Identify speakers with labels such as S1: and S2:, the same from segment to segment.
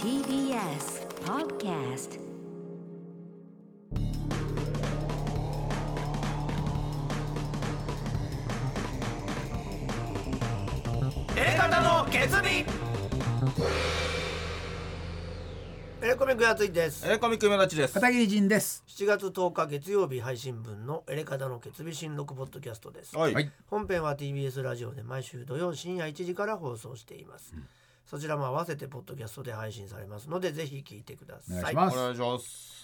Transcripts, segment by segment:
S1: TBS Podcast
S2: 方の決意
S3: えー、コミックやついです
S2: エレコミック目立ちです
S4: 片桐仁です。
S3: 7月10日月曜日配信分のエレカタの決備新録ポッドキャストです
S2: はい、
S4: はい
S3: 本編は TBS ラジオで毎週土曜深夜1時から放送しています、そちらも合わせてポッドキャストで配信されますのでぜひ聞いてくだ
S4: お願
S3: さい
S4: いしま
S2: お
S4: す。
S2: 願いします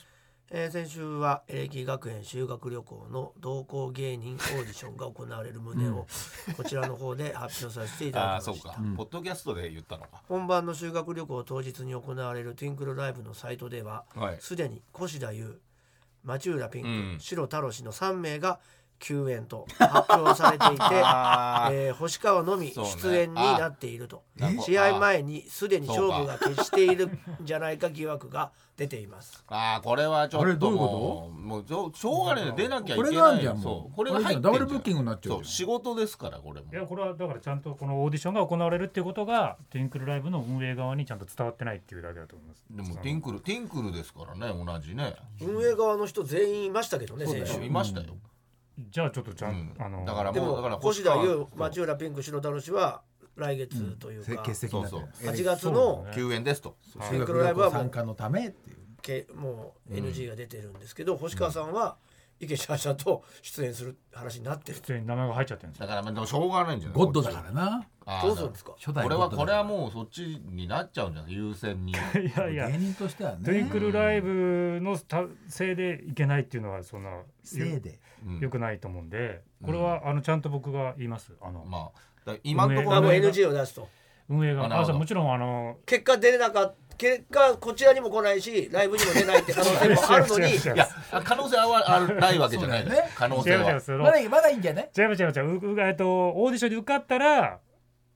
S3: えー先週はエレキ学園修学旅行の同校芸人オーディションが行われる旨をこちらの方で発表させていた
S2: あ あ
S3: だき
S2: そ
S3: ま
S2: う
S3: した
S2: か、ポッドキャストで言ったのか
S3: 本番の修学旅行当日に行われるトゥインクルライブのサイトでは
S2: はい
S3: すで、に越田優町浦ピンク、
S2: うん
S3: 白太郎氏の3名が休演と発表さ れていて、
S2: あー
S3: えー星川のみ
S2: そうね
S3: 出演になっていると、
S2: あー
S3: 試合前にすでに勝負が決しているんじゃないか疑惑が出ています。
S2: ああこれはちょ
S4: あ
S2: っ
S4: れど
S2: と
S4: ういうこ
S2: もうもうしょうしょうがないね出なきゃいけ
S4: こ
S2: ない
S4: れがあるじゃんもう
S2: そうこれが入ってんじゃん
S4: これじゃんダブルブッキングになっちゃうじゃん
S2: そう仕事ですからこれも
S5: いやこれはだからちゃんとこのオーディションが行われるっていうことがティンクルライブの運営側にちゃんと伝わってないっていうだけだと思います。
S2: でもティンクルティンクルですからね同じね
S3: 運営側の人全員いましたけどね、先週。
S2: いましたよ、
S5: じゃあちょっとちゃん、
S2: うん
S5: あの
S2: だから
S3: で
S2: もうだ
S3: も
S2: から
S3: 越
S2: 星
S3: 田
S2: 川
S3: 優
S2: そう
S3: 町浦ピンク白太郎氏は来月というか、
S4: 欠席になって
S2: そう
S4: る。
S2: そ
S3: 8月の
S2: 救援ですと
S3: シンク
S4: 修
S3: ロ
S4: 学
S3: ライ
S4: 旅
S3: ブは
S4: 行
S3: もう
S4: 参加のためっていう。
S3: けもう NG が出てるんですけど、星川さんは池シャーシャと出演する話になってる、
S5: 普通に名前が入っちゃってるんです
S2: だ
S5: よ。
S2: からまあでもしょうがないんじゃない
S4: ゴッドだからな。
S2: ら
S3: どうするんですか
S4: 初代
S2: これ
S4: ゴ
S2: は
S4: ッドだ
S2: これ
S4: から
S2: はもうそっちになっちゃうんじゃない優先に
S5: いやいや
S4: 芸、人としては
S5: トゥイン
S4: ね。
S5: クルライブのたせいでいけないっていうのはそんな
S4: せいで。
S2: うん
S5: よくないと思うんで、これはあのちゃんと僕が言います。あの
S2: まあだから今のとこ
S3: まあ、
S2: ろ
S3: もう
S2: ね
S5: 運営が
S3: NG を出すと
S5: 運営
S2: あ
S5: 側
S2: なるほ
S5: あ
S2: ど
S5: もちろんあの
S3: 結果出れなかった結果こちらにも来ないしライブにも出ないって可能 性もあるのに
S5: 違う違う違う
S2: いや可能性はあるないわけじゃない、
S4: そうだよね
S2: 可能
S5: 違
S2: 性
S5: う違う違
S2: は
S5: うその
S4: まだいいまだいいんじゃない？
S5: 違う違う違うううえっとオーディションで受かったら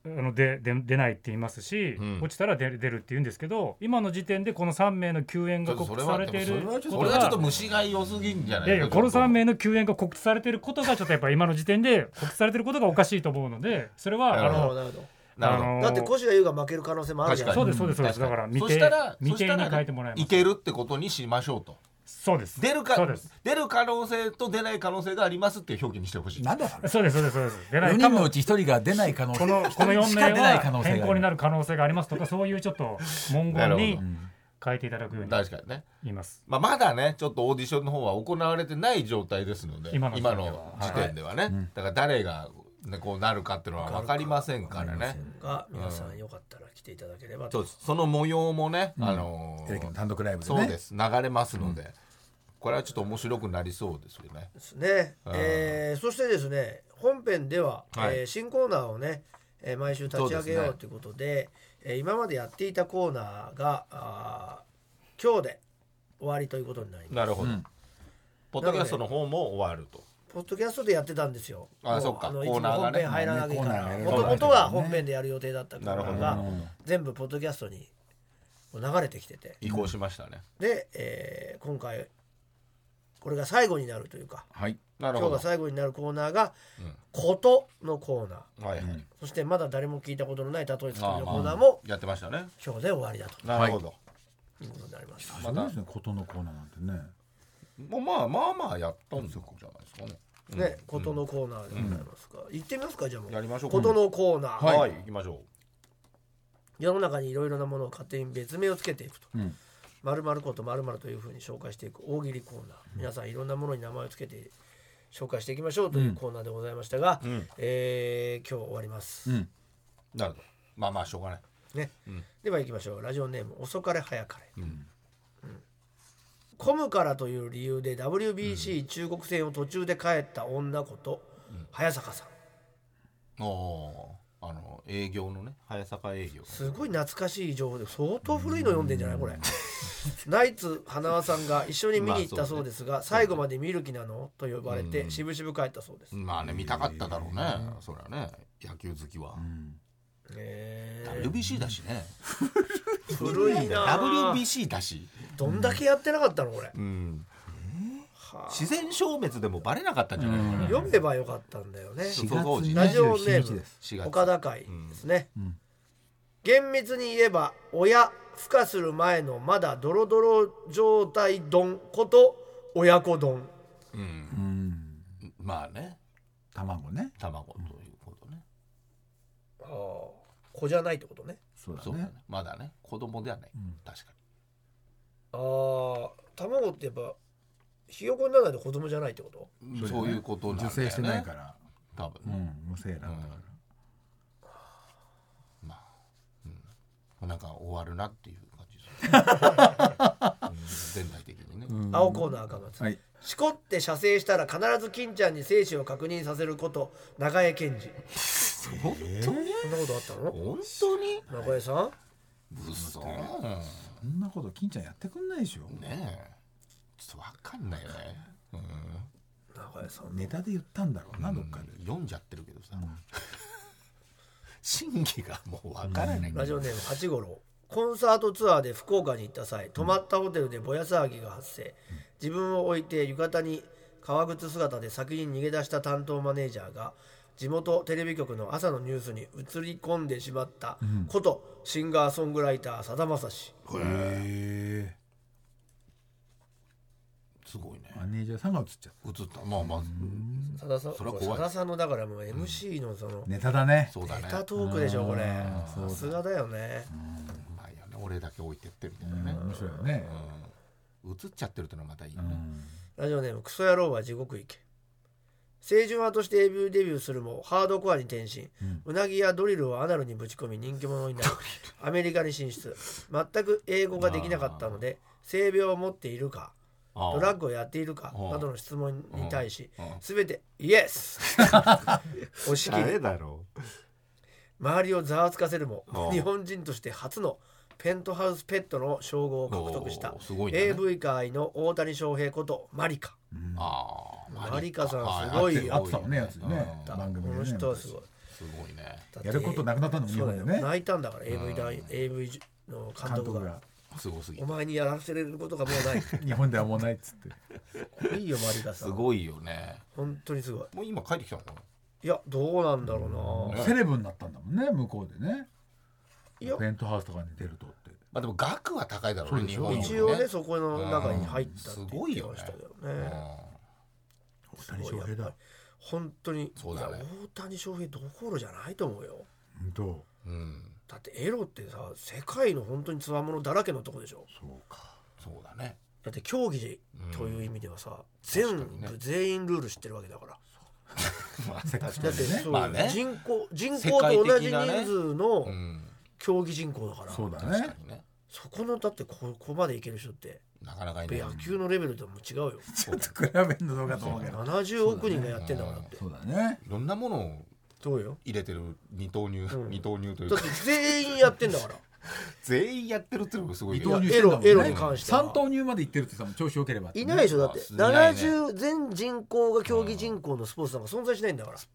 S5: あのでで出ないって言いますし、
S2: うん
S5: 落ちたら出る出るって言うんですけど今の時点でこの3名の救援
S2: ちょ
S5: が
S2: っと
S5: 告
S2: そ
S5: 知
S2: れ
S5: さ
S2: は
S5: れている
S2: で
S5: こ
S2: も
S5: と
S2: それはちょっと
S5: が
S2: 虫が良すぎんじゃない
S5: いやいやこの3名の救援が告知されていることがちょっとやっぱ今の時点で告知されていることがおかしいと思うのでそれは
S2: な
S5: あ
S2: る
S3: なる
S2: ほ
S3: ほ
S5: の
S3: どなるほど
S2: なるほど
S5: あの
S3: だって越田優が負ける可能性もあるじゃない
S2: 確
S5: そ
S2: か
S5: うですそうですそうで
S2: 確
S5: す
S2: か
S5: だから
S2: に
S5: 未
S2: そしたら
S5: 定未定に
S2: そしたら
S5: 変えてもらいま
S2: い
S5: す
S2: けるってことにしましょうと
S5: そうです
S2: 出るか
S5: そうです
S2: 出る可能性と出ない可能性がありますっていう表記にしてほしい
S4: なんだそれ。
S5: そうですそうですそうです出な
S4: 四
S5: いか
S4: 人
S5: も
S4: のうち一人が出ない可能性。
S5: このこの
S4: 一人
S5: 4
S4: しか
S5: 名
S4: 出ない可能
S5: は
S4: 性がある
S5: 変更になる可能性がありますとかそういうちょっと文
S2: なる
S5: 言
S2: ほど
S5: に
S4: うん
S5: 変えていただくように
S2: 確かにね、
S5: 言います。
S2: まあ、まだねちょっとオーディションの方は行われてない状態ですので
S5: 今の時点では
S2: の時点ではね、だから誰が、ね、こうなるかっていうのは分かりませんからね
S3: が皆さんよかったら来ていただければ
S2: そ
S3: と、
S2: うですその模様もね、あのー
S4: テレビの単独ライブでね。
S2: そうです流れますので、これはちょっと面白くなりそうですよね
S3: ですね、えーそしてですね本編では、
S2: はい
S3: えー新コーナーをね、えー毎週立ち上げよ
S2: そうです
S3: う
S2: ね
S3: ということでえー今までやっていたコーナーがあー今日で終わりということになります
S2: なるほど、ポッドキャストの方も終わると
S3: ポッドキャストでやってたんですよ。
S2: あ
S3: も
S2: そっか
S3: あのいつ
S2: コー
S3: も
S2: ナーが
S3: 本
S2: ね
S3: 編入らなきゃいけない。
S4: ね
S3: も
S4: コーナ
S3: とも
S4: ーがね
S3: とは本編でやる予定だったコーナー
S2: な
S3: が全部ポッドキャストに流れてきてて、
S2: 移行しましたね、
S3: で、えー今回これが最後になるというか、
S4: はい。
S2: なる
S3: 今日
S2: ほど
S3: が最後になるコーナーが
S2: ん
S3: ことのコーナー、
S2: はいはい、
S3: そしてまだ誰も聞いたことのない例えつくり
S2: あ
S3: の
S2: ー
S3: コー
S2: ま
S3: ナー
S2: あ
S3: も
S2: やってましたね
S3: 今日で終わりだと
S2: なるほど、
S3: いうことになります。
S4: すごいですね。ことのコーナーなんてね。
S2: もうまあまあまあやったんじゃないですかね
S3: ね、ことのコーナーでございますか。行ってみますかじゃあもう。
S2: やりましょう
S3: ことのコーナー。
S2: はい、行きましょ
S3: 世の中にいろいろなものを勝手に別名をつけていくと
S4: うん
S3: 「まるまることまるまるというふうに紹介していく大喜利コーナー皆さんいろんなものに名前をつけて紹介していきましょうというコーナーでございましたが、
S2: ん
S3: えー今日終わります、
S4: うん。
S2: うなるほどまあまあしょうがない
S3: ねでは行きましょうラジオネーム「遅かれ早かれ」うん混むからという理由で WBC 中国戦を途中で帰った女こと、早坂さん
S2: おおーあの営業のね早坂営業
S3: すごい懐かしい情報で相当古いの読んでんじゃないこれナイツ花輪さんが一緒に見に行ったそうですが、最後まで見る気なのと呼ばれて渋々帰ったそうです、
S2: まあね見たかっただろうね、そりゃね野球好きは、
S3: え
S2: WBC だしね
S3: ー古いな
S2: WBC だし、
S3: どんだけやってなかったのこれ、
S2: うん自然消滅でもバレなかったんじゃないかな、
S3: 読めばよかったんだよね
S2: そう当時ね
S3: ラジオネ
S4: 27日です
S3: ー
S2: 4
S3: ム
S2: 月
S3: 岡田会ですね、厳密に言えば親孵化する前のまだドロドロ状態丼こと親子丼
S2: まあね
S4: 卵ね
S2: 卵ということね
S3: ああ子じゃないってことね
S4: そうだ
S2: そうだね
S4: ね
S2: まだね子供ではない、確か
S3: ああ卵ってやっぱひよこの中で子供じゃないってこと
S2: にそう,、いうことなんだよ
S4: 受
S2: ね
S4: 精してないから
S2: 多分
S4: う
S2: ね、
S4: ん無精卵だから
S2: まあ、うん、なんか終わるなっていう感じでする、うん、全体的にね、
S3: 青コーナー赤松、
S4: はい
S3: しこって射精したら必ず金ちゃんに精子を確認させること長江健二そんなことあったの
S2: 本当に
S3: 長江さん
S2: 嘘
S4: そんなこと金ちゃんやってくんないでしょ
S2: ねえちょっとわかんないよね、うん
S3: 長江さん
S4: ネタで言ったんだろうなどっかで
S2: 読んじゃってるけどさ、 真偽がもうわからない、
S3: ラジオネーム八五郎コンサートツアーで福岡に行った際泊まったホテルでぼや騒ぎが発生自分を置いて浴衣に革靴姿で先に逃げ出した担当マネージャーが地元テレビ局の朝のニュースに映り込んでしまったこと、シンガーソングライターさだまさし
S4: へえ
S2: すごいね
S4: マネージャーさんが映っちゃっ
S2: 映ったまあまあ
S3: さださん
S2: それは
S3: こ
S2: 怖
S3: れ
S2: い
S3: さださんのだからもう MC のその、
S4: たネタだね
S2: そうだね
S3: ネタトークでしょこれさすがだよね
S2: うまいよね俺だけ置いてってみたいなね
S4: 面白いよね
S2: 映っちゃってるってのはまたいいよね、
S3: ラジオネームクソ野郎は地獄行け清純派として AV デビューするもハードコアに転身、うなぎやドリルをアナルにぶち込み人気者になるアメリカに進出全く英語ができなかったので性病を持っているか
S2: ああ
S3: ドラッグをやっているか
S2: ああ
S3: などの質問に対し
S2: ああ
S3: 全てイ エス押し切り
S2: だろう
S3: 周りをざわつかせるも
S2: ああ
S3: 日本人として初のペントハウスペットの称号を獲得した
S2: おーすごいね
S3: AV 界の大谷翔平ことマリカ
S2: ああ
S3: マリカさん
S2: はい
S3: すごいよ
S4: あったもんねやつにね
S2: うん
S4: 番組
S3: こ
S4: でね
S3: の人はすごい
S2: すごいね
S3: だって
S4: やることなくなったのも日
S3: そうだ
S4: 本で
S3: よ
S4: ね
S3: 泣いたんだから AV だ AV の監
S4: 監
S3: 督
S4: 督
S3: が
S4: が
S2: すごすぎ
S3: お
S2: て
S3: 前にやらせれることがもうない
S4: 日本ではもうないっつって
S3: いいよマリカ
S2: す
S3: さん
S2: ごいよね
S3: 本当にすごい
S2: もう今帰ってきたのかない
S3: やどうなんだろうな
S4: セレブになったんだもんね向こうでね
S3: いや
S4: ペントハウスとかに出るとって
S2: まあでも額は高いだろう
S4: そう
S2: ね
S4: で
S2: 日
S4: しょ
S2: 本より
S3: 一応ねそこの中に入ったって
S2: す
S3: 言
S2: ご
S3: っ
S2: い
S3: て
S2: よ
S3: ま
S2: ね
S3: したけど
S2: う
S3: ね
S4: 大谷翔平だ
S3: 本当に
S2: そうだね
S3: いや大谷翔平どころじゃないと思うよ
S4: うんと
S2: んうん
S3: だってエロってさ世界の本当につわものだらけのとこでしょ
S4: そうか
S2: そうだね
S3: だって競技という意味ではさ、全
S2: 確かに
S3: 部
S2: ね
S3: 全員ルール知ってるわけだから
S2: まあ確か
S3: だって
S2: にね
S3: そう、
S2: まあね
S3: 人口人口
S2: 世界
S3: と
S2: 的な
S3: 同
S2: ね
S3: じ人数の
S2: うん
S3: 競技人口だから、
S4: そうだ
S2: 確
S4: ね
S2: かにね
S3: そこのだってここまでいける人って
S2: なかなかいない
S3: やっぱ野球のレベルとはもう違うよ、
S4: ちょっと比べんのどうかと思うけど
S3: 70億人がやってんだからって
S4: そうだね
S2: いろんなものを
S3: どうよ
S2: 入れてる二刀流、
S3: うん
S2: 二刀流という
S3: だ
S2: か
S3: って全員やってんだから
S2: 全員やってるっていうのがすごい
S4: 二
S2: けど
S4: 刀流
S3: い
S4: し
S3: や
S4: て
S3: エ
S4: んだ
S3: ロ
S4: もんね
S3: エロに関しては
S4: 三刀流まで行ってるってさ調子よければ
S3: いないでしょだって
S2: いないね
S3: 70全人口が競技人口のスポーツなんか存在しないんだから、
S2: ス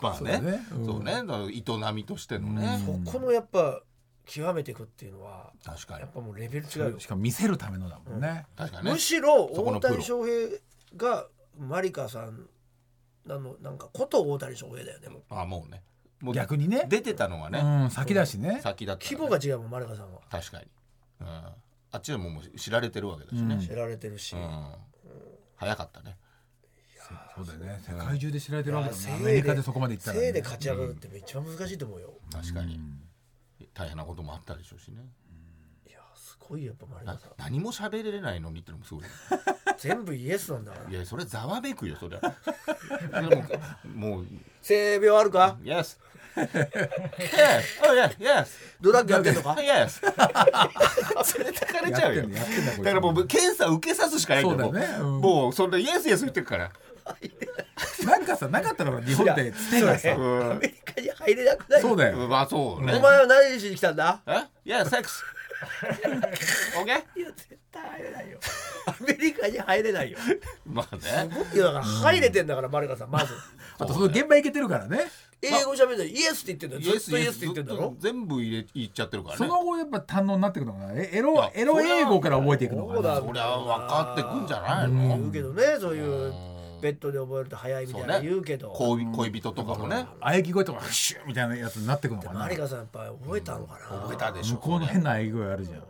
S2: パ
S4: そうだ
S2: ね
S4: ねうん
S2: そうねだから営みとしてのね、
S3: そこのやっぱ極めていくっていうのは
S2: 確かに
S3: やっぱもうレベル違うよ
S4: しかも見せるためのだもんね
S2: 確かにね
S3: むしろ
S2: そこ
S3: 大
S2: のプロ
S3: 谷翔平がマリカさんなのなんかこと大谷翔平だよねもう
S2: あもうねもう
S4: 逆にね
S2: 出てたのは
S4: う
S2: ね、
S4: ん先だしね
S2: 先だった、
S3: 規模が違うもんマリカさんは
S2: 確かに、うん、あっちでももう知られてるわけだしね、
S3: 知られてるし、
S2: うん早かったね
S4: そうだよね世界中で知られてるわけだも
S3: せい
S4: んアメリカでそこまで行ったら
S3: せ
S4: ね
S3: いで勝ち上がるって一番難しいと思うよ、
S2: 確かに、大変なこともあったでしょうしね
S3: いやすごいやっぱマリ
S2: な
S3: カさん
S2: 何も喋れないのにってのもすごい ね
S3: 全部イエスなんだから
S2: いやそれざわめくよそれ はでももう
S3: 性病あるか
S2: Yes. yes. Oh yeah. Yes.
S3: ドラッグやってんのか
S2: Yes. それたかれちゃうよ
S4: やってんだやってんだこいつ
S2: だからもう検査受けさすしかないんだよ
S4: そうだね
S2: もう
S4: うん
S2: もうそれイエスイエス言ってるから
S4: なんかさなかったら日本でつてがさ
S3: アメリカに入れなくない
S4: そうだ
S2: う
S4: よ
S2: んまあそう
S3: お
S2: ね
S3: 前は何しに来たんだ
S2: え Yeah sex OK
S3: いや絶対入れないよアメリカに入れないよ
S2: まあね
S3: いやだから入れてんだからマリカさんまず
S4: あとその現場行けてるからね
S3: 英語喋るのにイエスって言ってんだよずっとイエスって言ってんだ
S2: ず
S3: ろ
S2: と全部入れ言っちゃってるからね
S4: その後やっぱ堪能になってくのかなえエロ
S2: や
S4: エロ英語から覚えていくの
S3: そ
S4: か
S3: うだ
S4: な
S2: そりゃ分かってくんじゃないの
S3: 言うけどねそういうペットで覚えると早いみた
S2: そ
S3: いうな
S2: ね
S3: 言うけど、
S2: 恋恋人とかもね
S4: 喘ぎ声とかフシューみたいなやつになってくのかな
S3: マリカさんやっぱり覚えたのかな、
S2: 覚えたでしょ
S4: 向こうの変な喘ぎ声あるじゃん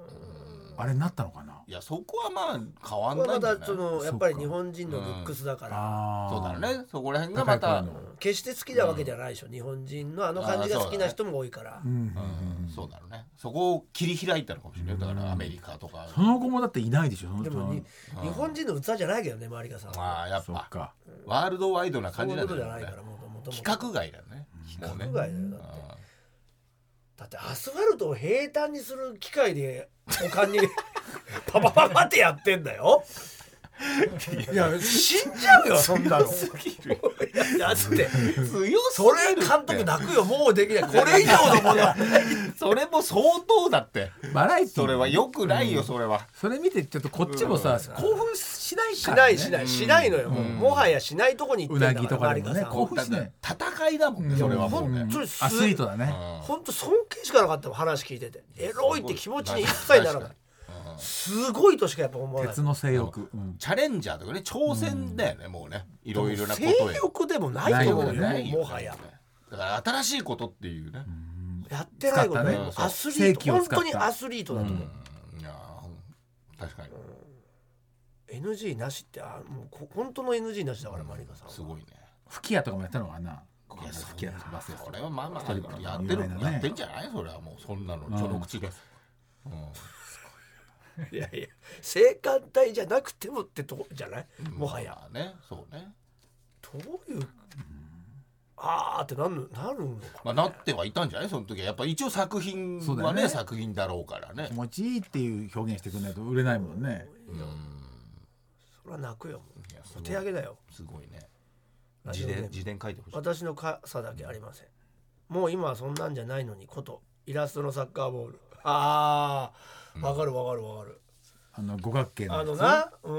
S4: あれになったのかない
S2: やそこはまあ変わん
S3: これ
S2: ない
S3: ま
S2: んじゃな
S3: た
S2: い
S3: そのやっぱり日本人のルックスだから、
S4: あー
S2: そうだねそこら辺が
S4: 高
S2: ま
S4: い声
S2: た、
S4: の
S3: 決して好きなわけじゃないでしょ、日本人のあの感じが好きな人も多いから、
S4: うん
S2: うんそうだろうねそこを切り開いたのかもしれないだからアメリカとか
S4: その後もだっていないでしょその
S3: でもに日本人の器じゃないけどねマリカさんは
S2: まあやっ
S4: そっ
S2: ぱ
S4: か
S2: ワールドワイドな
S3: そ
S2: 感
S3: うい
S2: じ
S3: う
S2: な
S3: こ
S2: んだ
S3: と
S2: よ
S3: じゃない
S2: ね
S3: からもともと
S2: 規格外だよねもうね
S3: 外だよだってだってアスファルトを平坦にする機械で股間に パパパパってやってんだよ
S4: いや
S3: 死んじゃう よそんなのだって
S2: 強すぎる
S3: それ監督泣くよもうできないこれ以上のものは
S2: それも相当だって
S4: バラエティー
S2: それはよくないよそれは
S4: それ見てちょっとこっちもさ興奮しない
S3: し
S4: か
S3: な
S4: らね
S3: いしないしないのよもうもはやしないとこに行ってんだ
S4: うなぎと
S3: マ
S4: か
S3: リ
S4: で
S3: カ
S4: もね
S3: さん
S4: こ
S3: は
S4: うしない
S2: 戦いだもんねそれはもうね
S4: うん
S3: ちょっと
S4: アスリートだね
S3: ほんと尊敬しかなかったもん話聞いててエロいって気持ちに一切ならないすごいとしかやっぱ思わない
S4: 鉄の性欲うん
S2: チャレンジャーとかね挑戦だよねもうねいろいろなこと
S3: 性
S2: へ
S3: 欲でもないと思うよ
S2: ないよ
S3: もはや
S2: だから新しいことっていうね
S3: やってないことね
S4: 使った
S2: ね
S3: アスリー
S4: 正規
S3: ト
S4: を
S3: 本
S4: 使った
S3: 当にアスリートだと思う
S2: いやー確かに
S3: NG なしってあもうこ本当の NG なしだからマリカさん
S2: すごいね
S4: 吹き矢とかもやったのかない
S2: やそ
S4: 吹き矢とかバスケ
S2: これはまあまあ
S4: トリップ
S2: やってる
S4: 有名なね
S2: やってんじゃないそれはもうそんなの
S4: ん
S2: その口でうん
S3: いやいや性感帯じゃなくてもってとこじゃないもはや
S2: まあねそうね
S3: どういうあーってなるなるのか
S2: まあなってはいたんじゃないその時はやっぱ一応作品
S4: そうだ
S2: は
S4: よ
S2: ね
S4: ね
S2: 作品だろうからね
S4: 気持ちいいっていう表現してくれないと売れないもんね
S3: それは泣くよも
S2: いやす
S3: う
S2: ご
S3: お
S2: い
S3: 手上げだよ
S2: すごいね
S3: ラジ
S2: 自
S3: オネーム
S2: 伝自伝書いてほしい
S3: 私の傘だけありませんもう今はそんなんじゃないのにことイラストのサッカーボールあーわかるわかるわかる、
S4: あの五角形の
S3: あ
S4: やつ
S3: のなう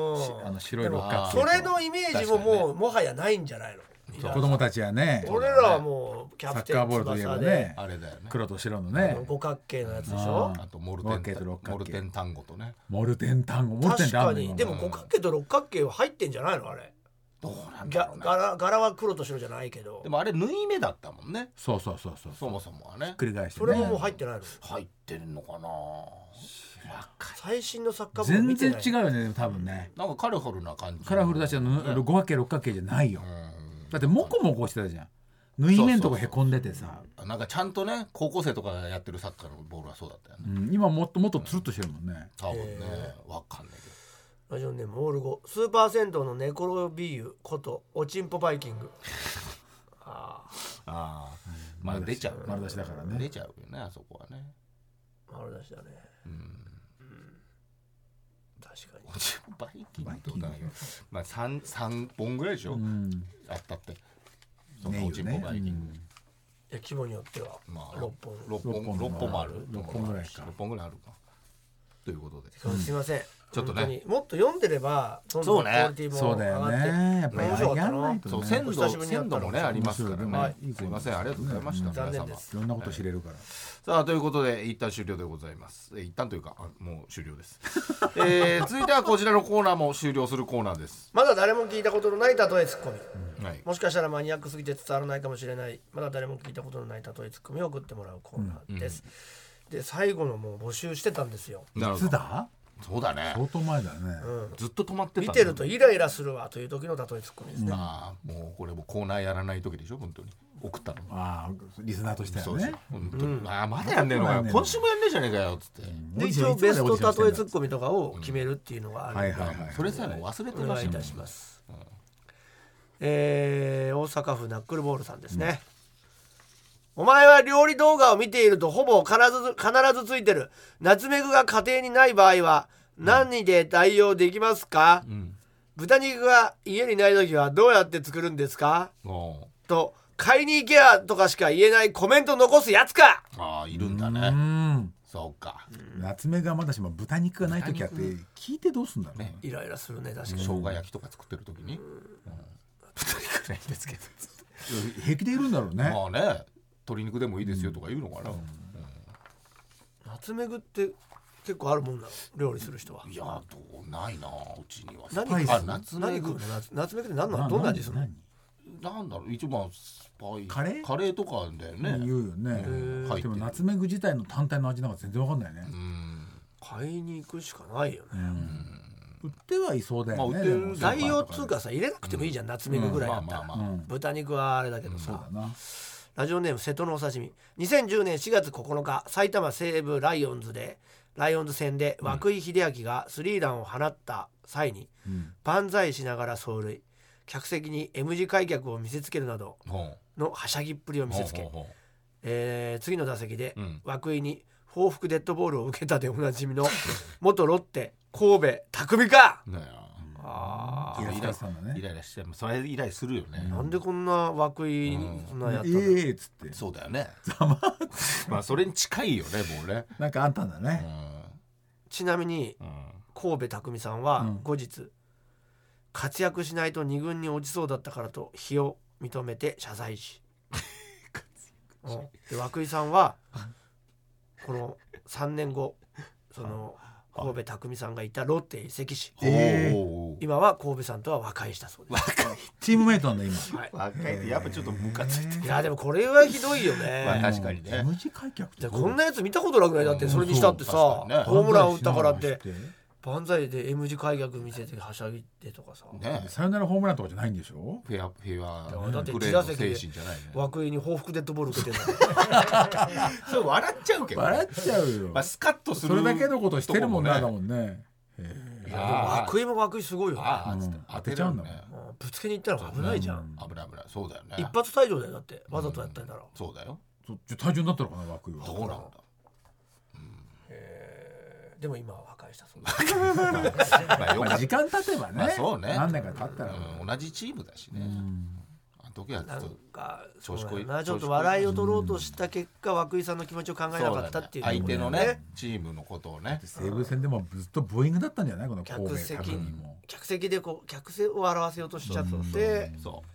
S3: ん
S4: あの白い六角
S3: そ
S4: 形
S3: れのイメージも
S2: 確か
S3: も
S2: に
S3: う、もはやないんじゃないの
S4: 子供たちはね
S3: 俺らはもうキ
S4: サ
S3: ャプ
S4: ッ
S3: テ
S4: カー
S3: ン
S4: ボールといえば
S3: 翼で、
S4: ね
S2: あれだよね
S4: 黒と白のね
S3: 五角形のやつでしょ
S2: あとモル
S4: 五角
S2: テ
S4: 形
S2: ン
S4: と六角
S2: モル
S4: 形
S2: テン単語とね
S4: モルテン単語モルテ
S3: 確
S4: ンってあ
S3: か
S4: るの
S3: に
S4: 今
S3: でも五角形と六角形は入ってんじゃないのあれ
S2: どうなんだ
S3: 柄
S2: ろうね
S3: 柄柄は黒と白じゃないけど
S2: でもあれ縫い目だったもんね
S4: そうそうそうそう
S2: そもそもはね
S4: ひっくり返して
S3: それももう
S4: ね
S3: 入ってないの
S2: 入ってんのか
S3: 最新のサッカーボール
S4: 全
S3: 見て
S4: 然
S3: ない
S4: 違うよねでも多分ね
S2: ななんかカラフルな感じ
S4: カラフルだしあの五角形六角形じゃないよ
S2: うん
S4: だってモコモコしてたじゃん縫い目のとこへこんでてさ
S2: なんかちゃんとね高校生とかがやってるサッカーのボールはそうだったよね
S4: うん今もっともっとつるっとしてるもんね
S2: 多分ねわかんないけど
S3: ラジオネームオールゴスーパー銭湯のネコロビーユことおちんぽバイキングあ
S2: ああまあ出ちゃう
S4: 丸出しだから
S2: 出
S4: ね
S2: ちゃうよねあそこはね
S3: あ丸出しだね
S2: うん
S3: 確かに
S2: おちんバイキングってことだけどまあ三三本ぐらいでしょ
S4: うん
S2: あったってそ
S4: ね
S2: のおちんぽバイキング
S3: いや規模によっては
S2: まあ、
S3: 6本
S2: 六本
S4: 六本
S2: 六本もある
S4: 六本ぐらいか
S2: 六本ぐらいあるかということです
S3: いません
S2: ちょっとね
S3: 本当にもっと読んでればどん
S2: そう
S3: どんク
S2: ね
S3: オリティも
S4: そうだ
S3: 上が
S4: よ
S3: って
S4: ねやっぱり
S3: 面白かった
S4: やんない
S3: な
S4: と
S2: そう
S4: ね
S2: 鮮
S3: 久し
S2: 度
S3: ぶりにやっ
S2: 鮮
S3: たの
S2: 度もねありますからね、
S4: はい
S2: すいませんありがとうございました、
S3: 残
S2: 皆
S3: 念
S2: 様
S3: です
S4: いろんなこと知れるから
S2: さあということで一旦終了でございますえ一旦というかあもう終了です、えー続いてはこちらのコーナーも終了するコーナーです、
S3: まだ誰も聞いたことのない例えツッコミ、
S2: はい、
S3: もしかしたらマニアックすぎて伝わらないかもしれないまだ誰も聞いたことのない例えツッコミを送ってもらうコーナーです、で最後のもう募集してたんですよ、
S2: なる
S4: い
S2: ほ
S4: つ
S2: ど
S4: だ
S2: そうだね
S4: 相当前だね
S3: うん、
S2: ずっと止まってた
S3: 見てるとイライラするわという時の例えツッコミですね、
S2: ああもうこれもうコーナーやらない時でしょ本当に送ったの
S4: ああリスナーとして
S2: そう
S4: は
S2: です
S4: ね
S2: よ本当に、ああまだやんねえのかよ
S4: まだやんねえの
S2: 今週もやんねえじゃねえかよっつって、
S3: で一応ベスト例えツッコミとかを決めるっていうのがあるの
S4: は
S3: で、
S4: いはいはい
S2: それさえも忘れて
S3: お
S2: ま
S3: 願い
S2: し
S3: い
S2: た
S3: たします、えー大阪府ナックルボールさんですね、お前は料理動画を見ているとほぼ必ず必ずついてるナツメグが家庭にない場合は何で代用できますか、
S2: ん
S3: 豚肉が家にない時はどうやって作るんですか
S2: もうん
S3: と買いに行けやとかしか言えないコメント残すやつか
S2: ああいるんだ
S4: う
S2: ね。
S4: ん
S2: そうか。
S4: 夏目がまだしも豚肉がない時あって聞いてどうすんだろうね
S2: ね
S3: イライラするね確かに、
S2: 生姜焼きとか作ってる時に。
S3: 豚肉ないんですけど
S4: 平気でいるんだろうね
S2: まあね、鶏肉でもいいですよとか言うのかな。
S3: ナツメグって結構あるもんなの料理する人はい
S2: やどうないなうちには
S3: 何
S2: スパイス
S3: あ
S2: ナツメ
S3: 何食う
S2: グ
S3: のナツナツメグって何な
S4: な
S3: のどんな味するの
S4: 何
S2: なんだろう一番スパイ
S4: カレー
S2: カレーとかだよ
S4: 何
S2: ね
S4: 言うよね、
S2: ん入って
S4: で
S2: る
S4: もナツメグ自体の単体の味なんか全然わかんないね、
S2: うん
S3: 買いに行くしかないよね
S4: 売ってはいそうだよね、
S2: まあ売ってる
S4: でも
S2: んだ
S3: 代用っつうかさ入れなくてもいいじゃん、ナツメグぐらいだった
S2: ま
S3: ら、
S2: あまあまあ
S4: うん
S3: 豚肉はあれだけどさ、
S4: そうだな
S3: ラジオネーム瀬戸のお刺身2010年4月9日埼玉西部ライオンズでライオンズ戦で涌井秀明がスリーランを放った際に、万歳しながら走塁客席に M 字開脚を見せつけるなど
S2: ほ
S3: のはしゃぎっぷりを
S2: う
S3: 見せつけ
S2: ほうほうほ
S3: えー次の打席で
S2: うん
S3: 涌井に報復デッドボールを受けたでおなじみの 元ロッテ神戸匠か
S2: うね
S3: あ
S4: イラ
S2: え
S4: イラしたんだ
S2: イ
S4: ね
S2: ライラしてもそれイライラするよね
S3: ーなんでこんな涌井にそんなんやった
S4: え
S3: んだろう
S4: えっつって
S2: そうだよねまあそれに近いよねもうね
S4: なんかあったんだ
S2: う
S4: ね、
S2: ん
S3: ちなみに
S2: うん
S3: 神戸匠さんは
S4: うん
S3: 後日、活躍しないと二軍に落ちそうだったからと非を認めて謝罪 しうんで涌井さんはこの3年後その神戸匠さんがいたロッテへ移籍し
S4: えー
S2: おー
S3: 今は神戸さんとは和解したそうです
S4: チームメイトなんだ今、
S3: はい
S2: 若いってやっぱちょっとムカついて
S3: いやでもこれはひどいよ
S2: まあ
S3: ね
S2: 確かにね
S4: M 字開脚っ
S3: で
S4: て
S3: こんなやつ見たことなくないだってそれにしたってさ
S2: うんそう確かにね
S3: ホームラン打ったからって万歳で M 字開脚見せてはしゃぎってとかさ
S2: ね
S4: さよならホームランとかじゃないんでしょ
S2: フェアフェア
S3: だって
S2: プレーの精神じゃないね
S3: 涌井に報復デッドボール受け てる
S2: それ笑っちゃうけどね
S4: 笑っちゃうよ、
S2: まあスカッとす
S4: そ
S2: る
S4: れだけのことしてるもんなだ
S2: とこ
S4: もんね
S2: ねあー
S3: 涌井も涌井すごいよね
S2: あーつって
S4: うん
S2: 当てちゃうんだ
S4: 当て
S2: ね
S4: ち
S3: うんぶつけに行ったら危ないじゃん
S2: 危ない危ないそうだよね
S3: 一発退場だよだってわざとやったんだろ
S2: そうだよ
S4: そじゃあ体重になったのかな枠井
S2: どうなん
S4: は
S2: だ
S3: でも今は和解したそう
S2: まあよ
S4: ま
S2: か
S4: あ
S2: っ
S4: 時間経てばね,、
S2: まあそうね
S4: 何年か経ったら、
S2: うん同じチームだしねあの時はちょ
S3: な
S2: っと
S3: んか
S2: 調子こい
S3: そうだなちょっと笑いを取ろうとした結果涌井さんの気持ちを考えな
S2: そう
S3: か
S2: だ
S3: った
S2: ね
S3: っていう
S2: 相手のね
S3: ね
S2: チームのことをね
S4: 西武戦でもずっとブーイングだったんじゃないこの神戸
S3: 客席
S4: 匠も
S3: 客席でこう客席を笑わせようとしちゃって
S2: そう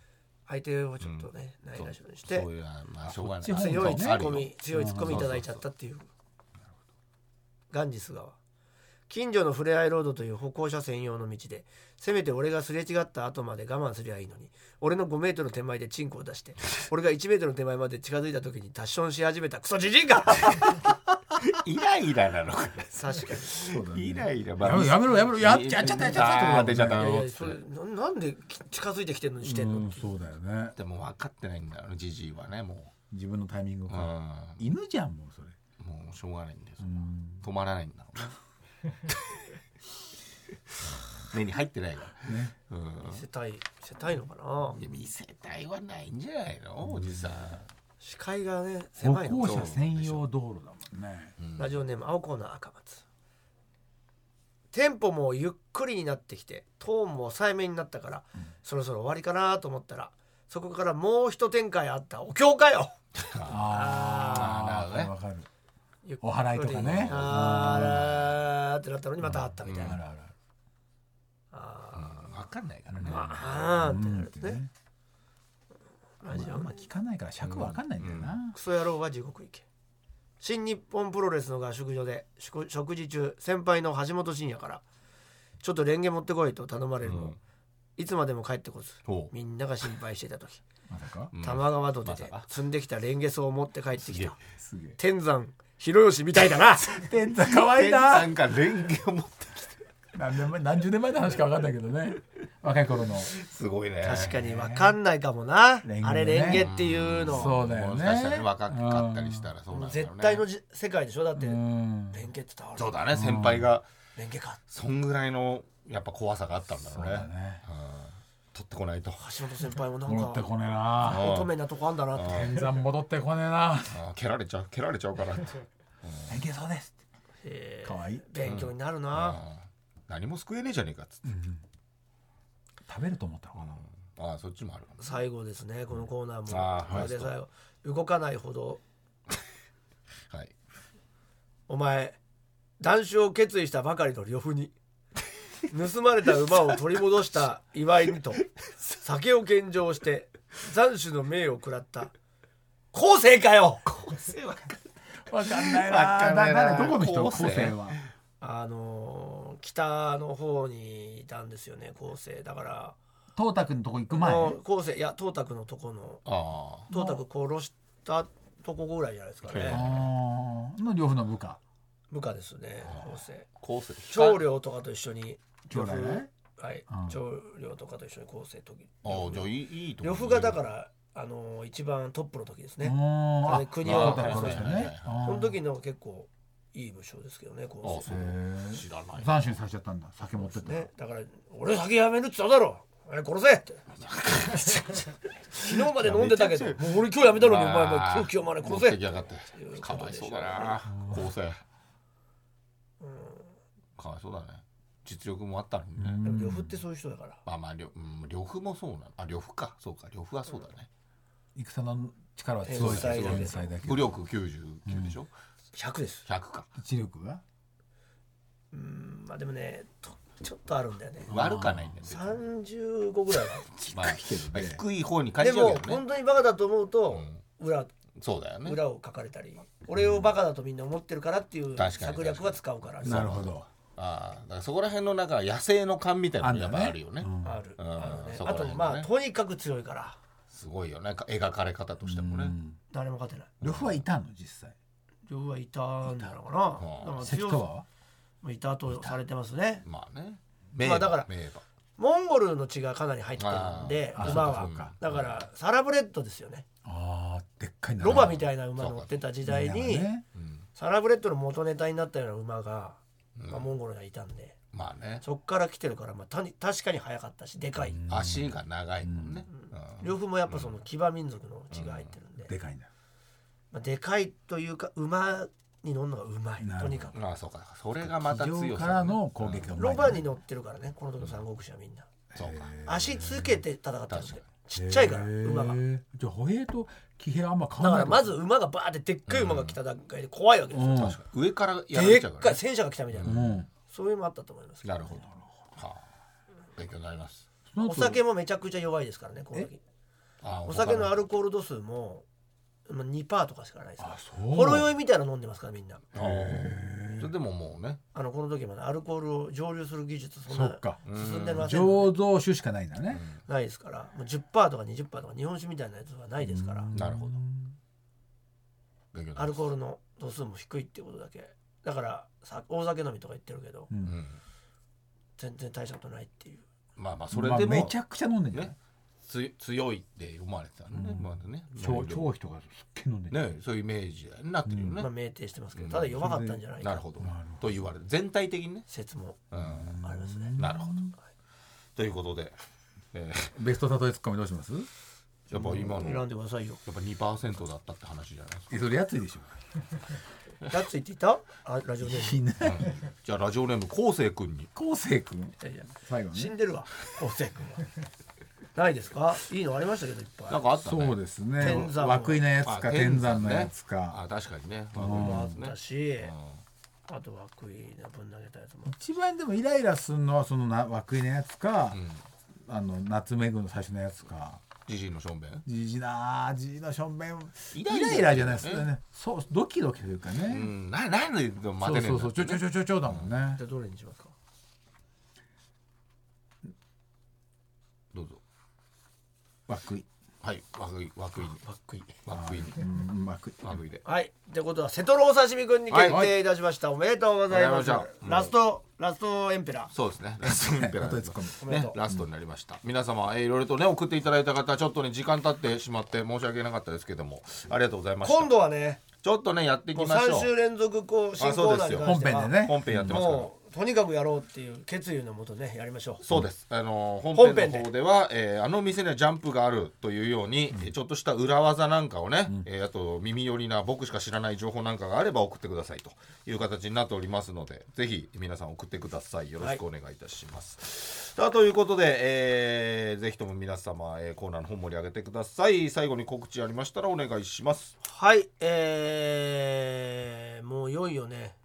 S3: 相手をちょっとねない
S2: そう
S3: なしにして
S2: そういうのはまあしょうがない
S4: そっち
S3: 強いツッコ
S2: ある
S3: ミ
S2: よ
S3: 強いツッコミいただいちゃったっていうガンジス川近所のふれあいロードという歩行者専用の道でせめて俺がすれ違った後まで我慢すりゃいいのに俺の5メートル手前でチンコを出して俺が1メートル手前まで近づいた時にダッションし始めたクソじじいか
S2: イライラなのかな
S3: 確かに
S4: そうだね
S2: イライラ
S4: やめろやめろやめろやっちゃやっちゃったやっちゃった
S2: あー出ちゃった
S3: いやい
S2: の
S3: やそれななんでき近づいてきてるのにして
S4: うん
S3: の、
S4: んそうだよね
S2: でも分かってないんだよねじじいはねも
S4: 自分のタイミング
S2: ううん
S4: か、犬じゃんもうそれ
S2: もうしょうがないんです止まらないんだろうな 目に入ってないから
S4: ね
S2: うん
S3: 見せたい見せたいのかな
S2: でも見せたいはないんじゃないのおじさん
S3: 視界がね
S4: 歩
S3: 狭いの
S4: 行者専用道路だもんね
S3: ラジオネーム青コーナー赤松テンポもゆっくりになってきてトーンも抑えめになったから、そろそろ終わりかなと思ったらそこからもう一展開あったお経かよ
S4: あ
S2: あーなるほ
S4: わかる
S3: ゆっくり
S4: お祓いとかね
S3: あらーってなったのにまたあったみたいな、
S4: あるある
S2: うん分かんないからね
S3: あーってなる
S4: ある
S3: ね
S4: ね
S3: ラジオ
S4: あんま聞かないから尺わかんないんだよな
S3: クソ野郎は地獄行け新日本プロレスの合宿所で食食事中先輩の橋本真也から「ちょっとレンゲ持ってこい」と頼まれるも、
S2: うん
S3: いつまでも帰ってこず
S2: ほう
S3: みんなが心配してた時
S4: まさか
S2: うん
S3: 玉川土手
S2: ま
S3: で
S2: さか
S3: 積んできたレンゲソを持って帰ってきた
S4: すげえ
S3: 天山広吉みたいだな
S4: 天才かわい
S2: 天
S4: いな
S2: さんがレンゲを持ってきて
S4: 何年前何十年前の話かわかんないけどね若い頃の
S2: すごいね
S3: 確かに分かんないかもな、
S4: レンゲね
S3: あれレンゲっていうの
S4: そうだよ
S2: もし
S4: ね
S2: かしたらね若かったりしたらそうなんだよ
S3: 絶
S2: ね
S3: 対のじ世界でしょだって
S4: う
S3: レン
S4: ん
S3: ゲって倒れ
S2: そうだね先輩が
S3: レンゲか
S2: そんぐらいのやっぱ怖さがあったんだろうね
S4: そうだね
S2: うん取ってこないと
S3: 橋本先輩もなん
S4: 戻って
S3: か
S4: こねえな
S2: うん
S3: 乙女なとこあんだなって
S4: 天山戻ってこねえな
S2: あー蹴られちゃう蹴られちゃうからって
S4: いけそうですかわいい
S3: 勉強になるな、
S2: あー何も救えねえじゃねえかっつって
S4: 食べると思ったのかな
S2: ああそっちもあるかも
S3: 最後ですねこのコーナーも
S2: あー
S3: これで最後動かないほど
S2: はい
S3: お前断酒を決意したばかりの呂布に盗まれた馬を取り戻した祝いにと酒を献上して斬首の命を食らった後世かよ
S4: わかんない
S2: わかんないな
S4: ななどこの人
S2: 後
S4: 後
S2: 世
S4: 世は
S3: あのー北の方にいたんですよね高生だから
S6: トータ君のとこ行く前
S3: もう高生いや東卓のとこの
S2: ああ
S3: 東卓殺したとこぐらいじゃないですか
S2: へ
S3: ね
S6: あーの両夫の部下
S3: 部下ですね高生
S2: コース
S3: 長領とかと一緒に
S6: 兄弟ね
S3: はい
S6: うん
S3: 長領とかと一緒に高生の時
S2: ああじゃあいいいいとこ
S3: 呂布がだからあのー一番トップの時ですねあ
S6: あ
S3: れ国
S6: は
S2: は
S6: そうだそうだよねあ
S2: は
S6: ー
S3: この時の結構いい武将ですけどね
S2: ああ
S3: 高
S2: そ
S3: 生
S2: う知らない
S6: 斬首させちゃったんだ酒持ってった
S3: ね、だから俺酒やめるって言っただろお前殺せ って 昨日まで飲んでたけどもう俺今日やめたのにお前もう今日今日まで
S2: 持っ
S3: 殺せ
S2: てきやがってかわいそうだな構成かわいそうだね実力もあったのにね
S3: 呂布ってそういう人だから
S2: まあまありょうん呂布もそうなのあ呂布かそうか呂布はそうだね
S4: 戦の力は強
S3: 天
S4: い
S3: 才だけど
S4: 天才だけ
S2: 武
S4: ど
S2: 力99でしょ
S3: 100です、
S2: 100か
S4: 一力が
S3: うん、まあでもねとちょっとあるんだよね
S2: 悪かないんだよね
S3: 35ぐらいは
S2: まあまあ低い方に感
S3: で
S2: じちゃう
S3: も
S2: けどね
S3: 本当にバカだと思うと裏
S2: そうだよね
S3: 裏を書かれたり俺をバカだとみんな思ってるからっていう
S2: 確かに
S3: 策略は使うから
S4: なるほど
S2: ああだからそこら辺のなんか野生の勘みたいなのがやっぱあるよね
S3: ある
S2: うん
S3: あるね
S2: そこ
S3: あ
S2: ら
S3: と
S2: 辺だね
S3: まあとにかく強いから
S2: すごいよね描かれ方としてもね
S3: 誰も勝てない
S4: 呂布はいたの実際
S3: 呂布はいたんだろうな
S2: うん
S3: だから
S4: 関
S3: 強
S4: 川は
S3: まあいたとされてますね
S2: まあね
S3: まあだから
S2: 名馬名馬
S3: モンゴルの血がかなり入ってるんで
S4: あーあ
S3: 馬
S4: そ
S3: は
S4: うか
S3: だからサラブレッドですよね
S4: あーでっかい
S3: ロバみ
S4: い
S3: たいな馬乗ってた時代に
S4: ね
S3: サラブレッドの元ネタになったような馬が、まあ、モンゴルにはいたんで
S2: まあね
S3: そっから来てるから、まあ、たに確かに速かったしでかい
S2: 足が長いもんねうん
S3: 両方もやっぱその騎馬民族の血が入ってるんで、
S4: でかいんだ
S3: まあ、でかいというか馬に乗るのがうまいとにかく
S2: まあそうかそれがまた
S4: 地上
S2: 強
S4: か
S2: さ
S4: ら
S2: だね
S4: の攻撃がうま
S3: ロ
S4: いんだ
S3: バ
S4: ね
S3: に乗ってるからねこの時の三国志はみんな
S2: そうか
S3: 足つけて戦ったんですよ
S2: 確か
S3: ちっちゃいから馬が
S4: へーじゃあ歩兵と騎兵はあんま変
S3: だ
S4: わ
S3: から
S4: な
S3: らま
S4: い
S3: ず馬がバーってでっかい馬が来た段階で怖いわけですよ、
S4: うん
S2: 確かに上からやら
S3: で
S2: れ
S3: っ
S2: ちゃうか
S3: からい
S2: ね
S3: 戦車が来たみたいな、
S4: うん
S3: そういうのもあったと思いますけど
S2: なるほどはあ勉強になります
S4: その後
S3: お酒もめちゃくちゃ弱いですからねこの時
S2: あ
S3: お酒のア
S2: る
S3: ルコール度数もまあ2%とかしかないですから
S4: あそう
S3: ほろ酔いみたいなの飲んでますからみんな
S2: それでももうね
S3: あのこの時までアルコールを蒸留する技術そん
S4: そ
S3: な
S4: っか
S3: 進んでませんの
S4: 醸造酒しかないんだね
S3: でないですからもう10%とか20%とか日本酒みたいなやつはないですから
S2: なるほど勉強にな
S3: ア
S2: り
S3: ル
S2: ます
S3: コールの度数も低いってことだけだからさ大酒飲みとか言ってるけど
S4: うん
S2: うん
S3: 全然大したことないっていう
S2: まあまあそ
S4: そ
S2: れ
S4: れで
S2: で
S4: め
S2: も
S4: ちゃくちゃ飲んでんじゃない
S2: ねつ強いって思われてたのねまだね
S4: 超超人がすっげえ飲んでんじゃない
S2: ねそういうイメージになってるよね
S3: まあ酩酊してますけどただ弱かったんじゃない
S2: な
S3: か
S2: るほどと言われる全体的にね
S3: 説も
S2: うん
S3: ありますね
S2: なるほどということでえー
S4: ベスト例えツッコミどうします
S2: やっぱ今の
S3: 選んでくださいよ
S2: やっぱ2%だったって話じゃないですか。
S4: えそれやついでしょ
S3: ラッツ言っていたあラジオネーム
S4: いない
S2: じゃあラジオネームこうせいくんに。
S4: 昴生君
S3: いやいや
S4: 最後
S3: 死
S4: ね
S3: んでるわ昴生君はないですかいいのありましたけどいっぱ
S2: ないんかあったね。
S4: そうですね
S3: 天山
S4: 涌井のやつ
S2: あ
S4: か天山のやつか
S2: あ確かにね。
S3: あ
S2: あ
S3: ったしあとはクイーンのぶん投げたやつも
S4: 一番でもイライラするのはそのな涌井のやつか
S2: うん。
S4: あの夏目軍の最初のやつか
S2: じじいのしょんべん。
S4: じじなじじのしょんべんイ
S2: イ
S4: ラ
S2: ラ
S4: イ
S2: イ
S4: ラ
S2: ラ
S4: じゃないですよねそうドキドキというか
S2: う
S4: ね
S2: ん。ななんで
S4: そ
S2: 待
S4: う
S2: てねえ
S4: そ
S2: ん
S4: う
S2: だ
S4: そう
S2: って
S4: ちょちょちょちょちょだもんね
S3: じゃあどれにしますか
S2: どうぞ。
S4: 涌井
S2: はい。わくいわくいに
S3: バックイン
S2: わくいに
S4: うん涌井
S2: わくいで。
S3: はいってことは瀬戸のお刺身君に決定いたしました、おめでとうございます
S2: ありがとうございました
S3: ラストラストエンペラー
S2: そうです ね。ラストに
S4: 例えツッコミ
S3: おめで
S2: ね
S3: と、う、
S2: ラストになりました、皆様、えーいろいろとね送っていただいた方ちょっとね時間経ってしまって申し訳なかったですけどもありがとうございました
S3: 今度はね
S2: ちょっとねやってい
S3: も
S2: き
S3: う
S2: ましょう
S3: 3週連続こう新コーナーに関
S4: 本
S3: しては
S4: 編でね
S2: 本編やってますから
S3: もうとにかくやろうっていう決意のもとねやりましょう
S2: そうです、あの
S3: 本
S2: 本編
S3: 編で
S2: の方ではえーあの店にはジャンプがあるというように、えーちょっとした裏技なんかをね、えーあと耳寄りな僕しか知らない情報なんかがあれば送ってくださいという形になっておりますのでぜひ皆さん送ってくださいよろしくお願いいたします、さあということで、えーぜひとも皆様、えーコーナーの方盛り上げてください最後に告知ありましたらお願いします
S3: はいえー、もういよいよね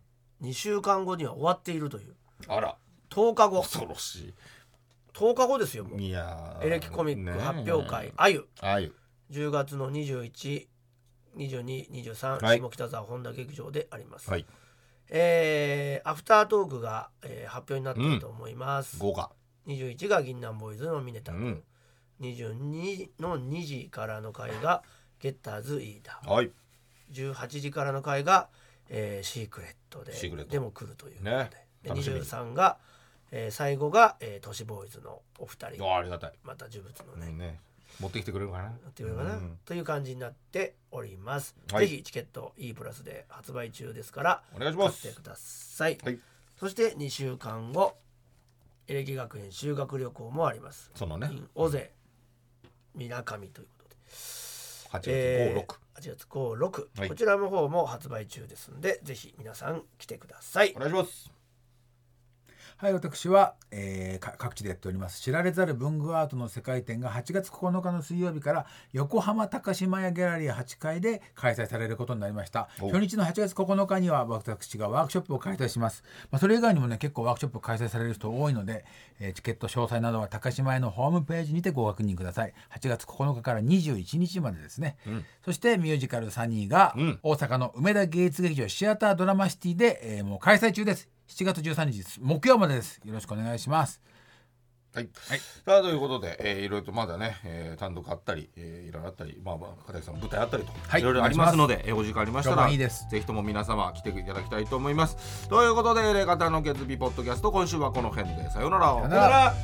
S3: 2週間後には終わっているという
S2: あら
S3: 10日後
S2: 恐ろし
S3: 10日後ですよもう
S2: いいやー
S3: エレキコミック
S2: ねえ
S3: 発表会「あゆ
S2: あゆ」
S3: 10月の21、22、23、
S2: はい
S3: 下北沢本田劇場であります。
S2: はい
S3: えアフタートークが、えー発表になってると思います、
S2: 5が。
S3: 21が銀杏ボーイズのミネ
S2: う
S3: タ、
S2: ん。
S3: 22の2時からの回がゲッターズイーダ
S2: はい。
S3: ー18時からの回が、えーシークレットで
S2: シークレット
S3: でも来るということで,、
S2: ね
S3: で
S2: 楽しみ
S3: 23が、えー最後が、えー、都市ボーイズのお二人
S2: ああ、ありがたい。
S3: また呪物のね、
S2: うんね。持ってきてくれるかな。
S3: やってくれるかな、
S2: うん
S3: という感じになっております、
S2: はい
S3: ぜひチケット E プラスで発売中ですから
S2: お願いします
S3: 買ってください、
S2: はい
S3: そして2週間後エレキ学園修学旅行もあります
S2: そのね、
S3: in 尾瀬みなかみということで
S2: 8月
S3: え
S2: 5、
S3: ー
S2: 6。
S3: 8月56、
S2: はい
S3: こちらの方も発売中ですのでぜひ皆さん来てください
S2: お願いします。
S4: はい、私は、えーか各地でやっております知られざる文具アートの世界展が8月9日の水曜日から横浜高島屋ギャラリー8階で開催されることになりました
S2: お
S4: 初日の8月9日には私がワークショップを開催します、まあ、それ以外にもね結構ワークショップ開催される人多いので、えーチケット詳細などは高島屋のホームページにてご確認ください8月9日から21日までですね、そしてミュージカルサニーが
S2: うん
S4: 大阪の梅田芸術劇場シアタードラマシティで、えーもう開催中です7月13日です木曜までですよろしくお願いします
S2: はい、さあということで、えー、いろいろとまだね、えー、単独あったり、えー、いろいろあったり、まあ、まあ片木さん舞台あったりと、、
S4: はいい
S2: ろいろありますので、えー、お時間ありました
S4: 評
S2: ら
S4: 判いいです
S2: ぜひとも皆様来ていただきたいと思います。ということで「レガタの決日ポッドキャスト」今週はこの辺でさようなら。
S4: さよなら